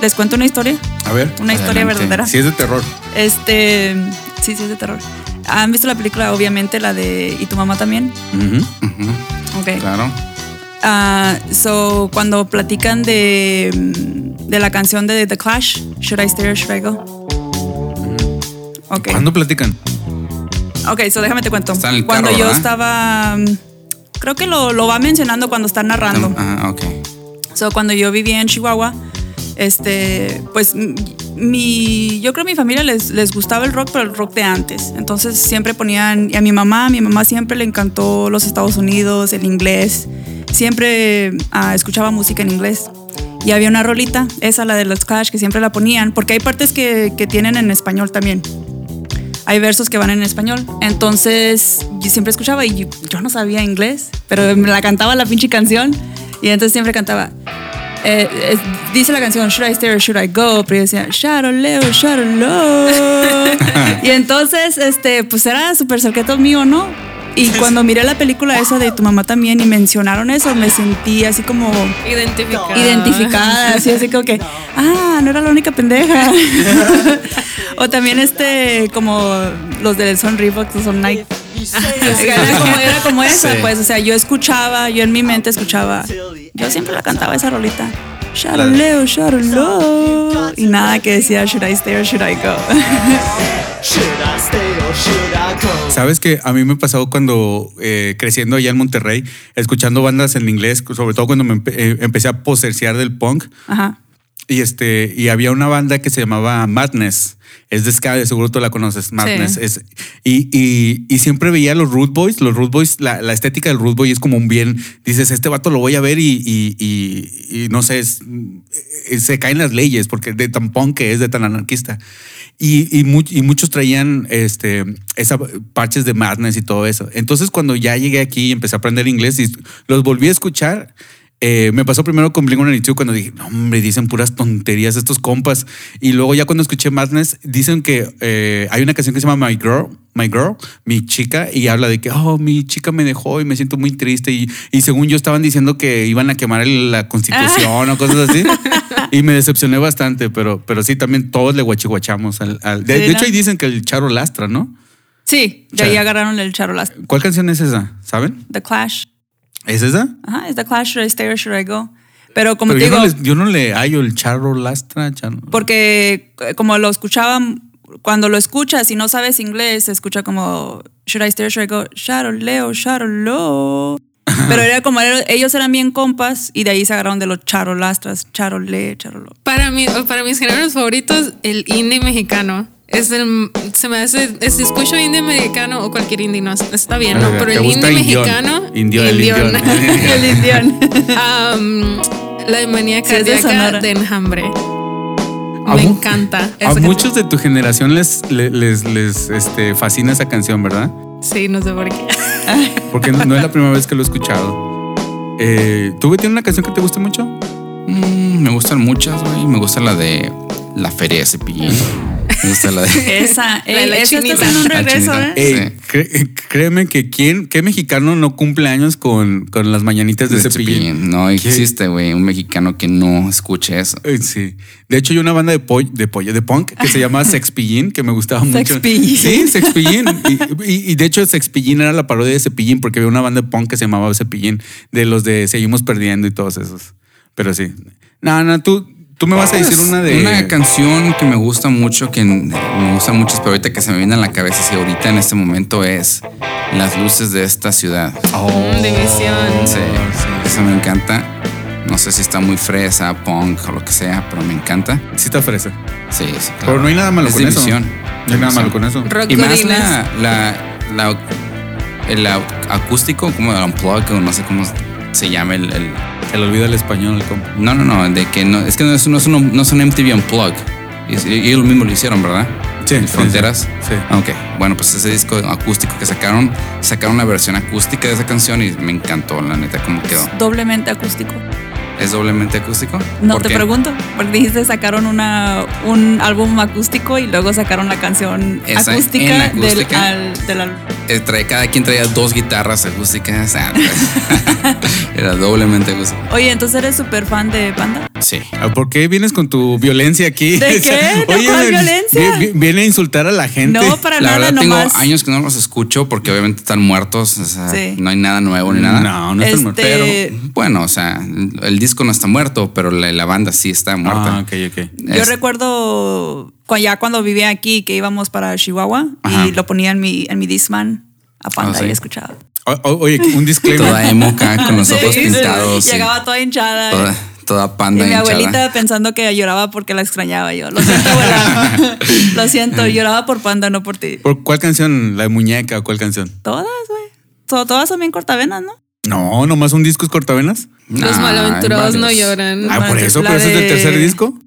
Les cuento una historia, A ver. una historia Adelante. verdadera. Si es de terror. Este. Sí, sí, es de terror. ¿Han visto la película, obviamente, la de. ¿Y tu mamá también? Ujú. Ujú, Ok. Claro. Ah, so, cuando platican de, mm, de la canción de The Clash, Should I Stay or Should I Go? Ok. ¿Cuándo platican? Ok, so déjame te cuento. Mm. Está en el cuando carro, yo ¿verdad? estaba. mm, Creo que lo, lo va mencionando cuando está narrando. Ah, ok. So, cuando yo vivía en Chihuahua, este, pues m- mi, yo creo que mi familia les, les gustaba el rock, pero el rock de antes. Entonces siempre ponían, y a mi mamá, a mi mamá siempre le encantó los Estados Unidos, el inglés. Siempre ah, escuchaba música en inglés. Y había una rolita, esa la de los Clash, que siempre la ponían, porque hay partes que, que tienen en español también. Hay versos que van en español. Entonces, yo siempre escuchaba y yo, yo no sabía inglés, pero me la cantaba la pinche canción. Y entonces siempre cantaba, eh, eh, dice la canción Should I Stay or Should I Go, pero yo decía Shadow Leo, Shadow Leo. y entonces, este, pues era súper cerqueto mío, ¿no? Y cuando miré la película esa de tu mamá también y mencionaron eso, me sentí así como Ah. Identificada. identificada, así, así como que, ah, no era la única pendeja. o también este, como los de Son Reeboks o Son Nike. Era como, era como esa, Sí. pues, o sea, yo escuchaba, yo en mi mente escuchaba, yo siempre la cantaba esa rolita. Charoleo, charoleo. Y nada que decía, should I stay or should I go? Should I stay or should I go? Sabes que a mí me pasó cuando eh, creciendo allá en Monterrey, escuchando bandas en inglés, sobre todo cuando me empe- eh, empecé a poserciar del punk. Ajá. Y este, y había una banda que se llamaba Madness. Es de Ska, de seguro tú la conoces, Madness. Es, y, y, y siempre veía a los Root Boys. Los Root Boys, la, la estética del Root Boy es como un bien. Dices, este vato lo voy a ver y, y, y- y no sé, es- eh, se caen las leyes porque de tan punk que es, de tan anarquista. Y, y, mu- y muchos traían este, esa, parches de Madness y todo eso. Entonces, cuando ya llegué aquí y empecé a aprender inglés y los volví a escuchar, Eh, me pasó primero con Blink-182 cuando dije, "No, hombre, dicen puras tonterías estos compas. Y luego ya cuando escuché Madness, dicen que eh, hay una canción que se llama My Girl, My Girl, mi chica, y habla de que, oh, mi chica me dejó y me siento muy triste. Y, y según yo estaban diciendo que iban a quemar el- la constitución o cosas así. Y me decepcioné bastante, pero, pero sí, también todos le guachihuachamos. Al, al- de, Sí, de ¿no? hecho, ahí dicen que el Charo lastra, ¿no? Sí, de ahí Chale. agarraron el charolazo. ¿Cuál canción es esa? ¿Saben? The Clash. ¿Es esa? Ajá, es The Clash, Should I Stay or Should I Go? Pero como Pero yo, te digo, no les- yo no le hallo el charro lastra. Charro. porque eh, como lo escuchaban, cuando lo escuchas y no sabes inglés, se escucha como Should I Stay or Should I Go? Charoleo, charolo. Pero era como era- ellos eran bien compas y de ahí se agarraron de los charolastras, charole, charolo. Para, mí, para mis géneros favoritos, el indie mexicano. Es el, se me hace, es- si escucho indie mexicano o cualquier indie, no, está bien, ¿no? Ah, Pero ¿te el gusta indie Indión? mexicano. Indión, el Indión. Indión. El indión. Am, la de manía Sí, es de cardíaca Sonora. de enjambre. A Me mu- encanta. A esa muchos de tu generación les, le- les, les, este, fascina esa canción, ¿verdad? canción. Sí, no sé por qué. Porque no no es la primera vez que lo he escuchado. Eh, ¿Tú, güey, tienes una canción que te guste mucho? Mm, me gustan muchas, güey. Me gusta la de la feria de cepillín. Me gusta la de. Esa, La de ey, la esa está chinita. haciendo un La regreso, chinita. ¿eh? Ey, cre- créeme que quién, qué mexicano no cumple años con, con las mañanitas de, de cepillín. Cepillín. No ¿Qué? existe, güey, un mexicano que no escuche eso. Eh, Sí. De hecho, hay una banda de pollo, de pollo, de punk que se llama Sexpillín, que me gustaba mucho. Sexpillín. Sí, Sexpillín. Y, y- y de hecho, Sexpillín era la parodia de Cepillín, porque había una banda de punk que se llamaba Cepillín, de los de Seguimos Perdiendo y todos esos. Pero sí. No, no, tú, tú me vas a decir una de. Una canción que me gusta mucho, que me gusta mucho, pero ahorita que se me viene a la cabeza, si ahorita en este momento es Las luces de esta ciudad. Oh. Mm, División. Sí, eso me encanta. No sé si está muy fresa, punk o lo que sea, pero me encanta. Sí, te ofrece. Sí, sí, claro. Pero no hay nada malo Es con división. eso. No hay nada malo con eso. Rock Y más Godines. la, la, la- el au- acústico, como el unplugged, o no sé cómo se llama el- el Se le olvida el español, el compa. No, no, no, de que no, es que no es, no es, un, no es un MTV Unplugged. Es- y ellos mismos lo hicieron, ¿verdad? Sí, sí, Fronteras. sí, sí. Ah, Ok, bueno, pues ese disco acústico que sacaron, sacaron la versión acústica de esa canción y me encantó, la neta, cómo quedó. Doblemente acústico. ¿Es doblemente acústico? No ¿Por te qué? pregunto, porque dijiste sacaron una, un álbum acústico y luego sacaron la canción Esa en acústica, del, acústica. al, del álbum. Eh, trae- cada quien traía dos guitarras acústicas. Ah, pues, Era doblemente acústico. Oye, entonces eres súper fan de Panda. Sí. Ah, ¿Por qué vienes con tu violencia aquí? ¿De qué? ¿De cuál violencia? vi- vi- Viene a insultar a la gente. No, para la nada, verdad nomás. tengo años que no los escucho porque obviamente están muertos, o sea, Sí. no hay nada nuevo ni nada. No, no es tan Este- pero- Eh, Bueno, o sea, el disco no está muerto, pero la, la banda sí está muerta. Ah, ok, ok. Yo Es- recuerdo cu- ya cuando vivía aquí que íbamos para Chihuahua Ajá. y lo ponía en mi, en mi Disman a Panda Ah, ¿sí? y escuchaba. O- o- oye, un Toda disclaimer. emo acá con los ojos Sí, pintados. y Llegaba toda hinchada. toda, toda Y mi panda hinchada. abuelita pensando que lloraba porque la extrañaba yo. Lo siento, abuela. Lo siento, lloraba por Panda, no por ti. ¿Por cuál canción? ¿La de muñeca o cuál canción? Todas, güey. So- todas son bien cortavenas, ¿no? No, nomás un disco es cortavenas. Nah, Los malaventurados hay no varios. lloran. Ah, Bueno, por entonces eso, la pero eso es del de- tercer disco.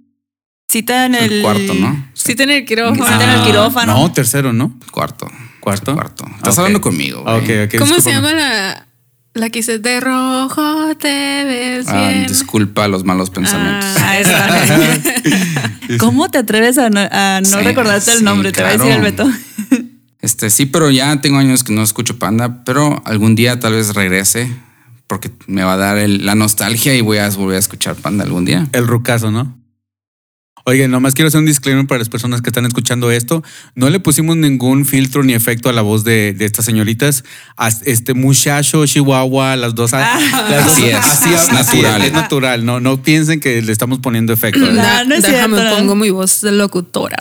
Cita en el, El cuarto, ¿no? Sí, tener quirófano. Cita en el quirófano. No, tercero, ¿no? Cuarto. ¿Cuarto? Cuarto. Estás Ok. hablando conmigo. Ah, ok, güey. ok, ¿Cómo se discúlpame. llama la, la que dice de rojo te ves Ah, bien? disculpa los malos pensamientos. Ah. Ah, esa. ¿Cómo te atreves a no, a no Sí, recordarte el sí, nombre? Te va a decir el claro. Beto. Este, sí, pero ya tengo años que no escucho Panda, pero algún día tal vez regrese porque me va a dar el- la nostalgia y voy a volver a escuchar Panda algún día. El rucazo, ¿no? Oye, nomás quiero hacer un disclaimer para las personas que están escuchando esto. No le pusimos ningún filtro ni efecto a la voz de, de estas señoritas. As- Este muchacho, chihuahua, las dos. Ah. las dos- Así es, Así es hablan, así es, natural. es natural. No, no piensen que le estamos poniendo efecto. ¿verdad? Da- No, no es déjame cierto. pongo mi voz de locutora.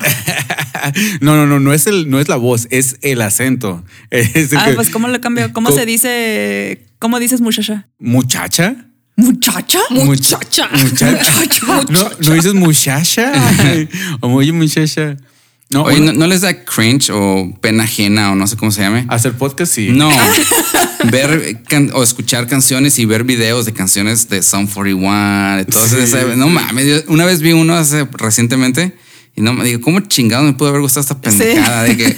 No, no, no, no es, el, no es la voz, es el acento. Es el Este, Ah, que- pues ¿cómo lo cambió? ¿Cómo Co- se dice? ¿Cómo dices muchacha? ¿Muchacha? ¿Muchacha? Muchacha. Muchacha. No, no dices muchacha. O Oye, muchacha. No, Oye, uno- ¿no, no les da cringe o pena ajena o no sé cómo se llame? hacer podcast sí. No, ver can- o escuchar canciones y ver videos de canciones de Sound 41, de todas Sí. esas- No mames, yo una vez vi uno hace recientemente y no me digo, ¿cómo chingado me pudo haber gustado esta pendejada? De que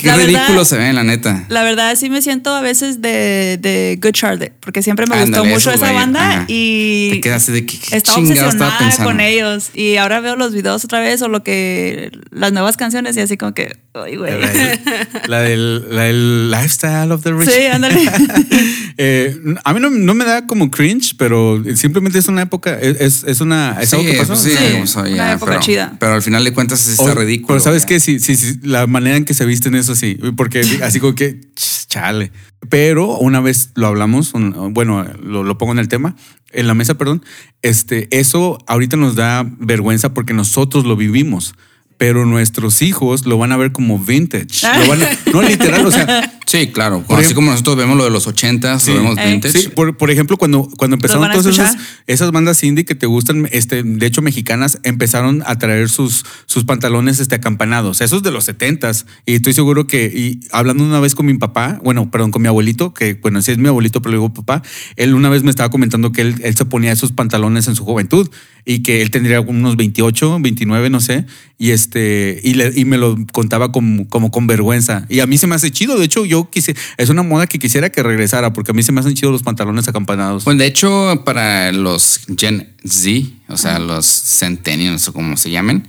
Qué La verdad- ridículo se ve, la neta. La verdad sí me siento a veces de, de Good Charlotte, porque siempre me gustó Ándale, mucho esos, esa güey. banda Ajá. y Te quedaste de que qué estaba chingado estaba obsesionada pensando. con ellos. Y ahora veo los videos otra vez o lo que las nuevas canciones y así como que, ay, güey. La del, la del- la del lifestyle of the rich. Sí, ándale. Eh, a mí no, no me da como cringe, pero simplemente es una época, es- es, es una... Es Sí, algo que pasó. pues sí, Sí, o sea, una ya, época pero, chida. pero al final de cuentas sí está O- ridículo. Pero sabes ya. que sí, sí, sí, la manera en que se visten eso sí, porque así como que ch- chale. Pero una vez lo hablamos, un- bueno, lo, lo pongo en el tema, en la mesa, perdón. Este, eso ahorita nos da vergüenza porque nosotros lo vivimos, pero nuestros hijos lo van a ver como vintage. Lo van a- no literal, o sea, Sí, claro. Por así ejemplo- como nosotros vemos lo de los 80s, Sí. lo vemos Eh. vintage. Sí, por, por ejemplo, cuando, cuando empezaron van a todas esas, escuchar? esas bandas indie que te gustan, este, de hecho mexicanas, empezaron a traer sus, sus pantalones este, acampanados, esos de los setentas. Y estoy seguro que, y hablando una vez con mi papá, bueno, perdón, con mi abuelito, que bueno, sí es mi abuelito, pero le digo papá, él una vez me estaba comentando que él, él se ponía esos pantalones en su juventud y que él tendría unos 28, 29, no sé, y este, y, le- y me lo contaba como, como con vergüenza. Y a mí se me hace chido, de hecho yo quise, es una moda que quisiera que regresara porque a mí se me hacen chidos los pantalones acampanados. Bueno, Pues, de hecho, para los Gen Z, o sea, los Centennials o como se llamen,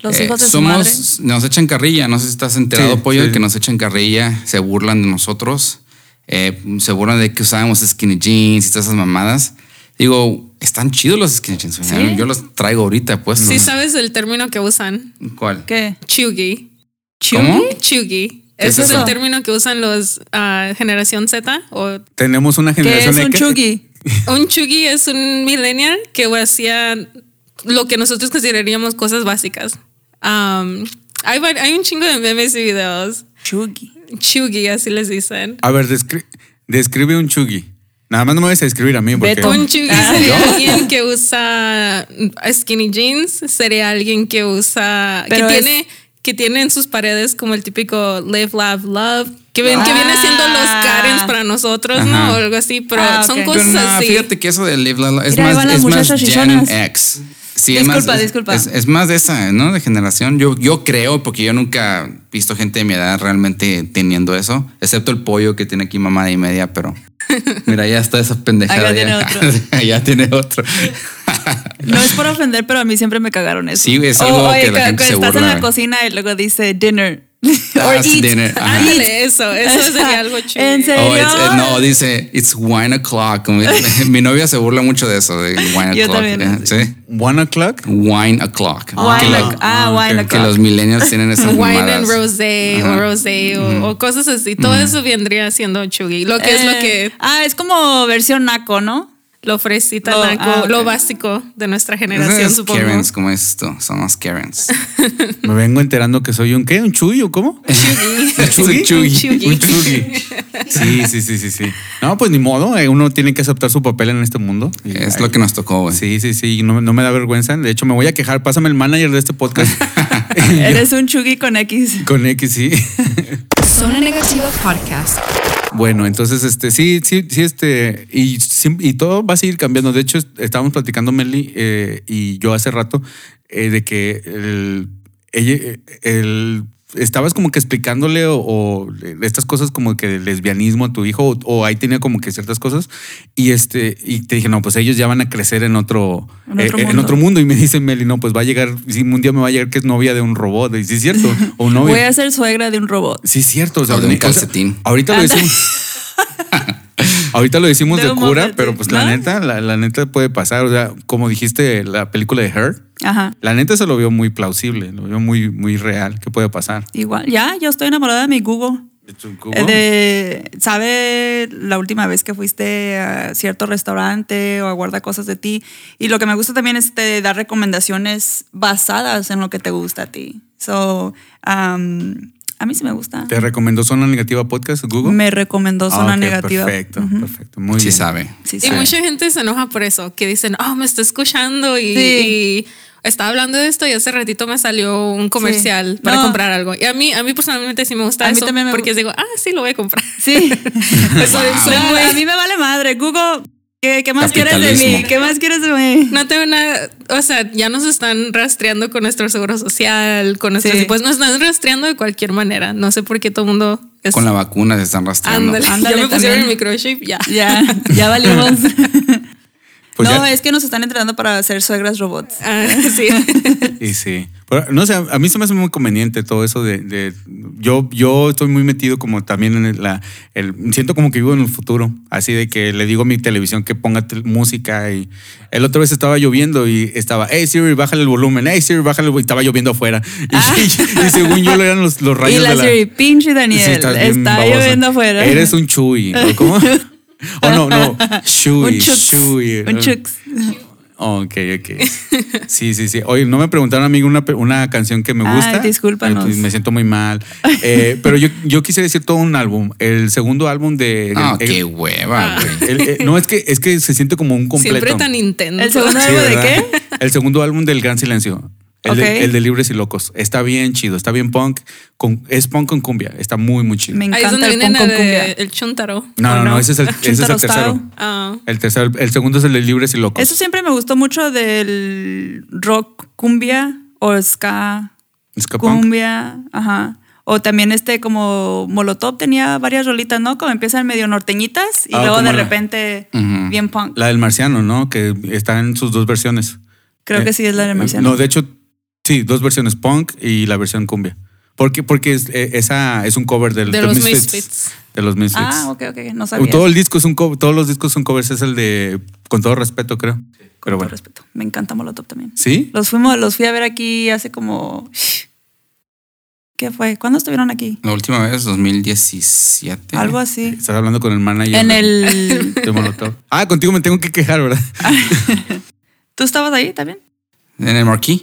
Los eh, hijos de su somos, madre. Nos echan carrilla, no sé si estás enterado, Sí, Pollo, sí. de que nos echan carrilla, se burlan de nosotros, eh, se burlan de que usábamos skinny jeans y todas esas mamadas. Digo, están chidos los skinny jeans, güey. Sí. yo los traigo ahorita, pues. Sí, o sea, sabes el término que usan. ¿Cuál? ¿Qué? Chugi. ¿Cómo? Chugi. ¿Mm? ¿Qué es Ese es, eso? el término que usan los ah, generación Z. O, Tenemos una ¿Qué generación es un de que- chugi? un chugi es un millennial que hacía lo que nosotros consideraríamos cosas básicas. Am, hay, var- hay un chingo de memes y videos. Chugi. Chugi, así les dicen. A ver, descri- describe un chugi. Nada más no me vayas a escribir a mí porque Beto. Un chugi Ah. sería alguien que usa skinny jeans, sería alguien que usa, que Pero es- tiene, que tiene en sus paredes como el típico live, love, love, que, ven, que viene Ah. siendo los Karens para nosotros, Ajá. ¿no? O algo así, pero Ah, son ok. cosas Pero no, así. fíjate que eso de Live La La- es Mira, ahí más, van las es más muchachas Gen chichonas. X. Sí, es Disculpa, más, es- disculpa. Es, es más de esa, ¿no? De generación. Yo, yo creo, porque yo nunca he visto gente de mi edad realmente teniendo eso, excepto el pollo que tiene aquí mamada y media, pero mira, ya está esa pendejada. Acá tiene ya. otro. ya tiene otro. No es por ofender, pero a mí siempre me cagaron eso. Sí, es O, algo oye, que la cu- gente cu- se Estás burla, en la güey. cocina y luego dice dinner. Ah, Or es eat. dinner, ajá. Eat. Ándale, eso, eso sería algo chido. ¿En serio? Oh, it's- eh, no, dice, it's wine o'clock. Mi, mi novia se burla mucho de eso, de wine Yo o'clock. también. ¿eh? ¿Sí? one o'clock. Wine o'clock. Wine Que lo- o'clock. Ah, ok, wine ok. que los millennials tienen esas Wine mamadas. and rosé Ajá. o rosé o, o cosas así. Todo eso vendría siendo chugi. Lo que es lo que Eh, Ah, es como versión naco, ¿no? lo fresita, Lo- naco, ah, lo ok. básico de nuestra Esas generación, supongo. Karens, como es esto, son las Karens. Me vengo enterando que soy un qué, un chugi o cómo? Soy Chugi. Chugi. Un chugi. Sí, sí, sí, sí, sí. No, pues ni modo, eh, uno tiene que aceptar su papel en este mundo. Y Es ahí- lo que nos tocó, güey. Sí, sí, sí, no, no me da vergüenza. De hecho, me voy a quejar. Pásame el manager de este podcast. Eres un chugi con X. Con X, sí. Zona Negativa Podcast. Bueno, entonces, este, sí, sí, sí, este, y, sim- y todo va a seguir cambiando. De hecho, est- estábamos platicando Meli eh, y yo hace rato eh, de que el, ella, eh, el- estabas como que explicándole o, o estas cosas como que del lesbianismo a tu hijo o, o ahí tenía como que ciertas cosas y este, y te dije, no, pues ellos ya van a crecer en otro, En otro eh, en mundo. otro mundo. Y me dice Meli, no, pues va a llegar, sí, un día me va a llegar que es novia de un robot. Y sí, es cierto, o novia. Voy a ser suegra de un robot. Sí, es cierto. O sea, O de un ni- o sea, calcetín. ahorita lo Anda. decimos. ahorita lo decimos De de un cura, moflete, pero pues la ¿no? neta, la, la neta puede pasar. O sea, como dijiste, la película de Her, Ajá. la neta se lo vio muy plausible, lo vio muy, muy real, que puede pasar. Igual. Ya, yo estoy enamorada de mi Google. Eh, De, ¿Sabe la última vez que fuiste a cierto restaurante o a guardar cosas de ti? Y lo que me gusta también es este, dar recomendaciones basadas en lo que te gusta a ti. So, um, a mí sí me gusta. ¿Te recomendó Zona Negativa Podcast, Google? Me recomendó Zona Ah, ok, Negativa. Perfecto, Ujú. perfecto. Muy Sí bien. sabe. Sí, Y sí. mucha gente se enoja por eso, que dicen, oh, me está escuchando y, Sí. y está hablando de esto y hace ratito me salió un comercial Sí. para No. comprar algo. Y a mí, a mí personalmente sí me gusta A mí eso también me porque gu- digo, ah, sí, lo voy a comprar. Sí. Pues soy, soy No, muy- a mí me vale madre. Google, ¿Qué, qué más quieres de mí? Capitalismo. ¿Qué más quieres de mí? No tengo nada, o sea, ya nos están rastreando con nuestro seguro social, con nuestras Sí. pues nos están rastreando de cualquier manera. No sé por qué todo el mundo es- Con la vacuna se están rastreando. Ándale, Ándale, ya me pusieron también. el microchip, ya. Ya, ya valimos. Pues no, ya- es que nos están entrenando para hacer suegras robots. Ah, sí. Y sí. Pero, no sé, a a mí se me hace muy conveniente todo eso de. de- yo, yo estoy muy metido como también en el- la. el- siento como que vivo en el futuro. Así de que le digo a mi televisión que ponga tel- música y. El otro vez estaba lloviendo y estaba, hey Siri, bájale el volumen, hey Siri, bájale el volumen. Estaba lloviendo afuera. Y, y según yo lo eran los, los rayos Ah. y la de la. Siri, pinche Daniel, Sí, estás bien está babosa. lloviendo afuera. Eres un chuy. ¿no? ¿Cómo? oh, no, no. Chuy. un chux. chuy. Un chux. Ok, ok. Sí, sí, sí. Oye, no me preguntaron a mí una, pe- una canción que me Ay, gusta. discúlpanos. Entonces, Me siento muy mal. Eh, pero yo, yo quise decir todo un álbum. El segundo álbum de. No, el- Ah, qué hueva, Ah. güey. el- el- no, es que, es que se siente como un completo. Siempre tan intenso. El segundo Sí, álbum de ¿verdad? qué? El segundo álbum del Gran Silencio. El, Ok. de, el de Libres y Locos. Está bien chido, está bien punk. Con, es punk con cumbia. Está muy, muy chido. Me Ahí es encanta donde el viene con la con de cumbia. el chuntaro. No, no, no, ¿O no? ese es el, ese es el Chuntaro tercero. Style. Ah, El tercero, el segundo es el de Libres y Locos. Eso siempre me gustó mucho del rock cumbia o ska Ska punk. cumbia, ajá. O también este como Molotov tenía varias rolitas, ¿no? Como empiezan medio norteñitas y Ah, luego como de la- repente Ujú. bien punk. La del marciano, ¿no? Que está en sus dos versiones. Creo que sí es la de Marciano. ¿Eh? No, de hecho, sí, dos versiones, punk y la versión cumbia. Porque, porque es, eh, esa es un cover del, De de los Misfits. Misfits. De los Misfits. Uh, ah, ok, ok, no sabía. Todo el disco es un cover, todos los discos son covers, es el de, con todo respeto, creo. Con Pero todo bueno. respeto. Me encanta Molotov también. ¿Sí? Los fuimos, los fui a ver aquí hace como ¿Qué fue? ¿Cuándo estuvieron aquí? La última vez, 2017. Algo así. Estás hablando con el manager. En de- el de Molotov. Ah, contigo me tengo que quejar, ¿verdad? ¿Tú estabas ahí también? En el Marquis.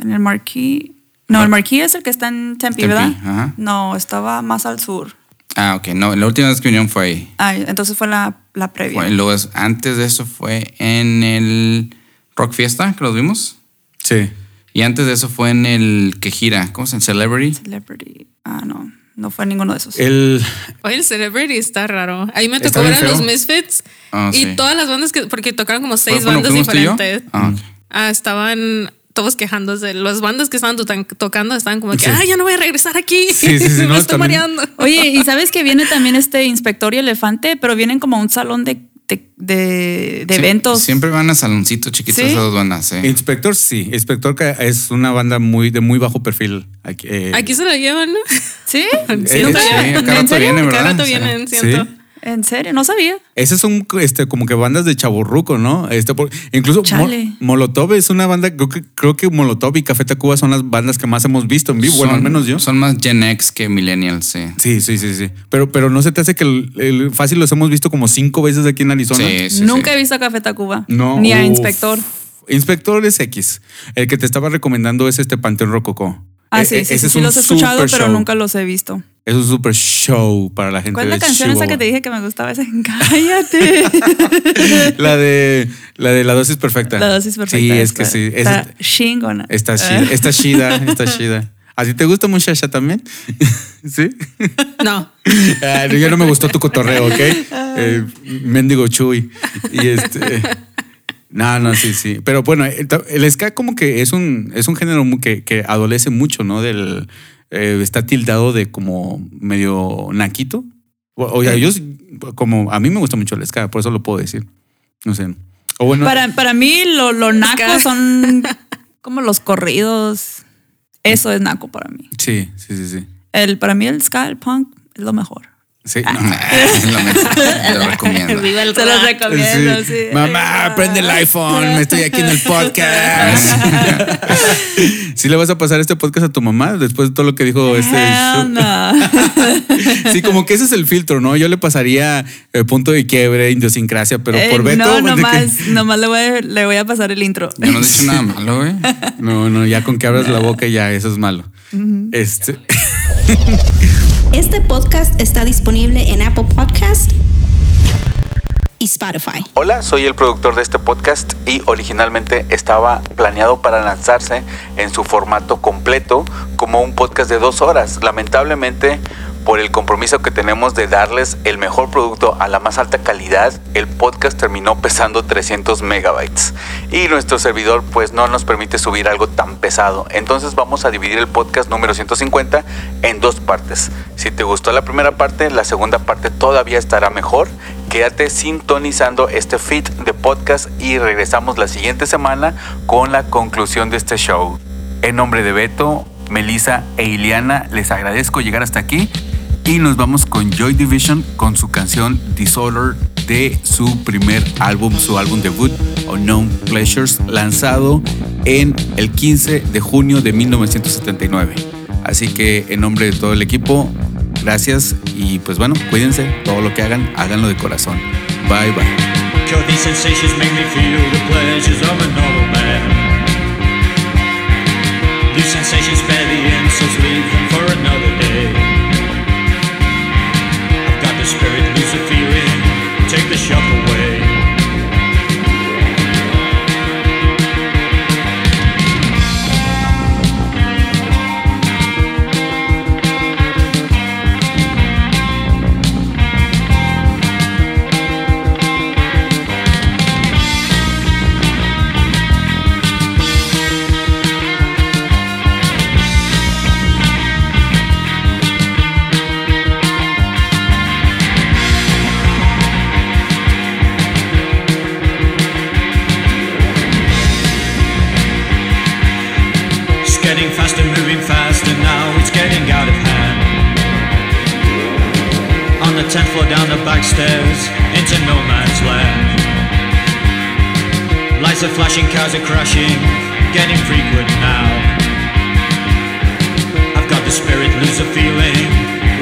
En el Marquis. Ah. No, el Marquis es el que está en Tempe, Tempe, ¿verdad? ajá. No, estaba más al sur. Ah, ok. No, la última vez que vinieron fue ahí. Ah, entonces fue la, la previa. Fue- luego es- antes de eso fue en el Rock Fiesta, que los vimos. Sí. Y antes de eso fue en el que gira. ¿Cómo se llama? Celebrity. Celebrity. Ah, no. No fue ninguno de esos. El, Oye, el Celebrity está raro. Ahí me Está tocó ver bien a los feo. Misfits Ah, y sí. todas las bandas que, porque tocaron como seis ¿Fue cuando bandas fuimos tú y yo? diferentes. Ah, ok. Ah, estaban todos quejándose. Las bandas que estaban tutan- tocando estaban como que, Sí. ah, ya no voy a regresar aquí. Sí, sí, sí, me no, estoy también- mareando. Oye, y sabes que viene también este inspector y elefante, pero vienen como a un salón de, de, de- de Sí, eventos. Siempre van a saloncitos chiquitos ¿Sí? esas dos bandas, ¿eh? sí. Inspector, sí. Inspector ca- es una banda muy de muy bajo perfil. Aquí, eh, Aquí se lo llevan, ¿no? ¿sí. Sí, ¿no sí, acá sabía? ¿En rato serio? vienen, Cada ¿verdad? rato Sí. vienen, Sí. siento. En serio, no sabía. Esas son este, como que bandas de chaburruco, ¿no? Este, por- incluso Mo- Chale. Molotov es una banda, creo que, creo que Molotov y Café Tacuba son las bandas que más hemos visto en vivo, bueno, al Son- menos yo. Son más Gen X que Millennials, ¿eh? sí. Sí, sí, sí, sí. Pero, pero no se te hace que el, el- fácil los hemos visto como cinco veces aquí en Arizona. Sí, sí, Nunca sí. he visto a Café Tacuba. No. Ni a Uf. inspector. Inspector es X. El que te estaba recomendando es este Panteón Rococó. Ah, E- sí, e- sí, ese sí, es sí un los he escuchado, super pero show. nunca los he visto. Es un super show para la gente ¿Cuál es la de canción esa que Chihuahua. te dije que me gustaba? Esa, cállate. la de la de la dosis perfecta. la dosis perfecta. Sí, es esa. que sí. Es- Está chingona. Está Ah. chida, está chida, está chida. ¿A ti te gusta muchacha también? ¿Sí? No. Ah, ya no me gustó tu cotorreo, ¿ok? Ah. Eh, mendigo Chuy. Y este... No, no, sí, sí. Pero bueno, el ta- el ska como que es un, es un género mu- que, que adolece mucho, ¿no? Del, eh, está tildado de como medio naquito. O, o sea, yo sí- como a mí me gusta mucho el ska, por eso lo puedo decir. No sé. O bueno, Para, para mí, lo, lo naco son como los corridos. Eso es naco para mí. sí, sí, sí, sí. El, para mí, el ska, el punk, es lo mejor. Sí, Ah, no. Lo mejor, te lo recomiendo. Viva el Se los rock. recomiendo. Sí. Sí. Mamá, prende el iPhone, estoy aquí en el podcast. ¿Sí le vas a pasar este podcast a tu mamá después de todo lo que dijo este show? Hell no. Sí, como que ese es el filtro, ¿no? Yo le pasaría eh, punto de quiebre, idiosincrasia, pero Eh, por Beto. no, pues, de que- nomás, nomás le, voy a, le voy a pasar el intro. Yo no he dicho nada malo, ¿eh? güey. No, no, ya con que abras la boca ya, eso es malo. Este. Este podcast está disponible en Apple Podcast y Spotify. Hola, soy el productor de este podcast y originalmente estaba planeado para lanzarse en su formato completo como un podcast de dos horas. Lamentablemente, por el compromiso que tenemos de darles el mejor producto a la más alta calidad, el podcast terminó pesando 300 megabytes. Y nuestro servidor pues no nos permite subir algo tan pesado. Entonces vamos a dividir el podcast número 150 en dos partes. Si te gustó la primera parte, la segunda parte todavía estará mejor. Quédate sintonizando este feed de podcast y regresamos la siguiente semana con la conclusión de este show. En nombre de Beto, Melissa e Iliana, les agradezco llegar hasta aquí y nos vamos con Joy Division con su canción Disorder de su primer álbum, su álbum debut, Unknown Pleasures, lanzado en el 15 de junio de 1979. Así que en nombre de todo el equipo, gracias y pues bueno, cuídense, todo lo que hagan, háganlo de corazón. Bye bye. Sure, these sensations make me feel the pleasures of an old man. These sensations spare the insults, leave them for another day. I've got the spirit, Luciferian, take the shock away. It's getting faster, moving faster now, it's getting out of hand. On the 10th floor, down the back stairs, into no man's land. Lights are flashing, cars are crashing, getting frequent now. I've got the spirit, lose a feeling,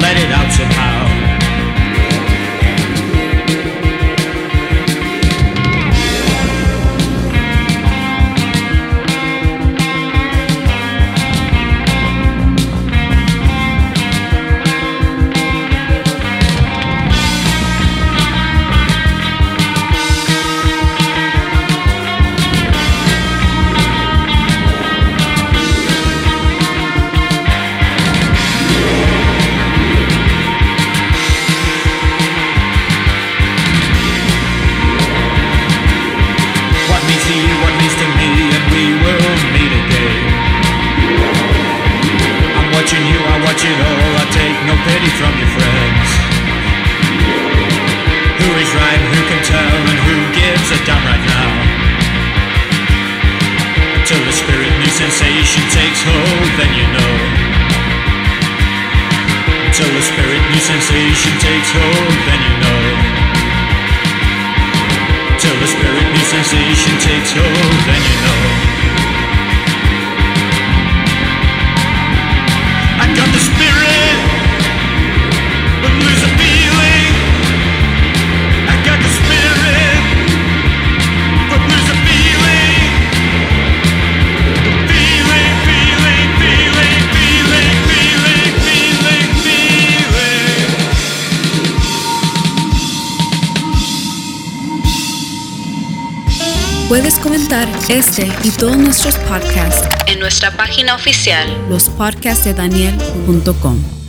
let it out somehow. What means to you, what means to me, and we will meet again. I'm watching you, I watch it all, I take no pity from your friends. Who is right, who can tell, and who gives a damn right now? Until the spirit new sensation takes hold, then you know. Until the spirit new sensation takes hold, then you know. Till the spirit new sensation takes hold, then you know. I got the spirit, but lose the feeling. I got the spirit, but lose the feeling. Feeling, feeling, feeling, feeling, feeling, feeling, feeling. Puedes comentar este y todos nuestros podcasts en nuestra página oficial lospodcastdedaniel.com.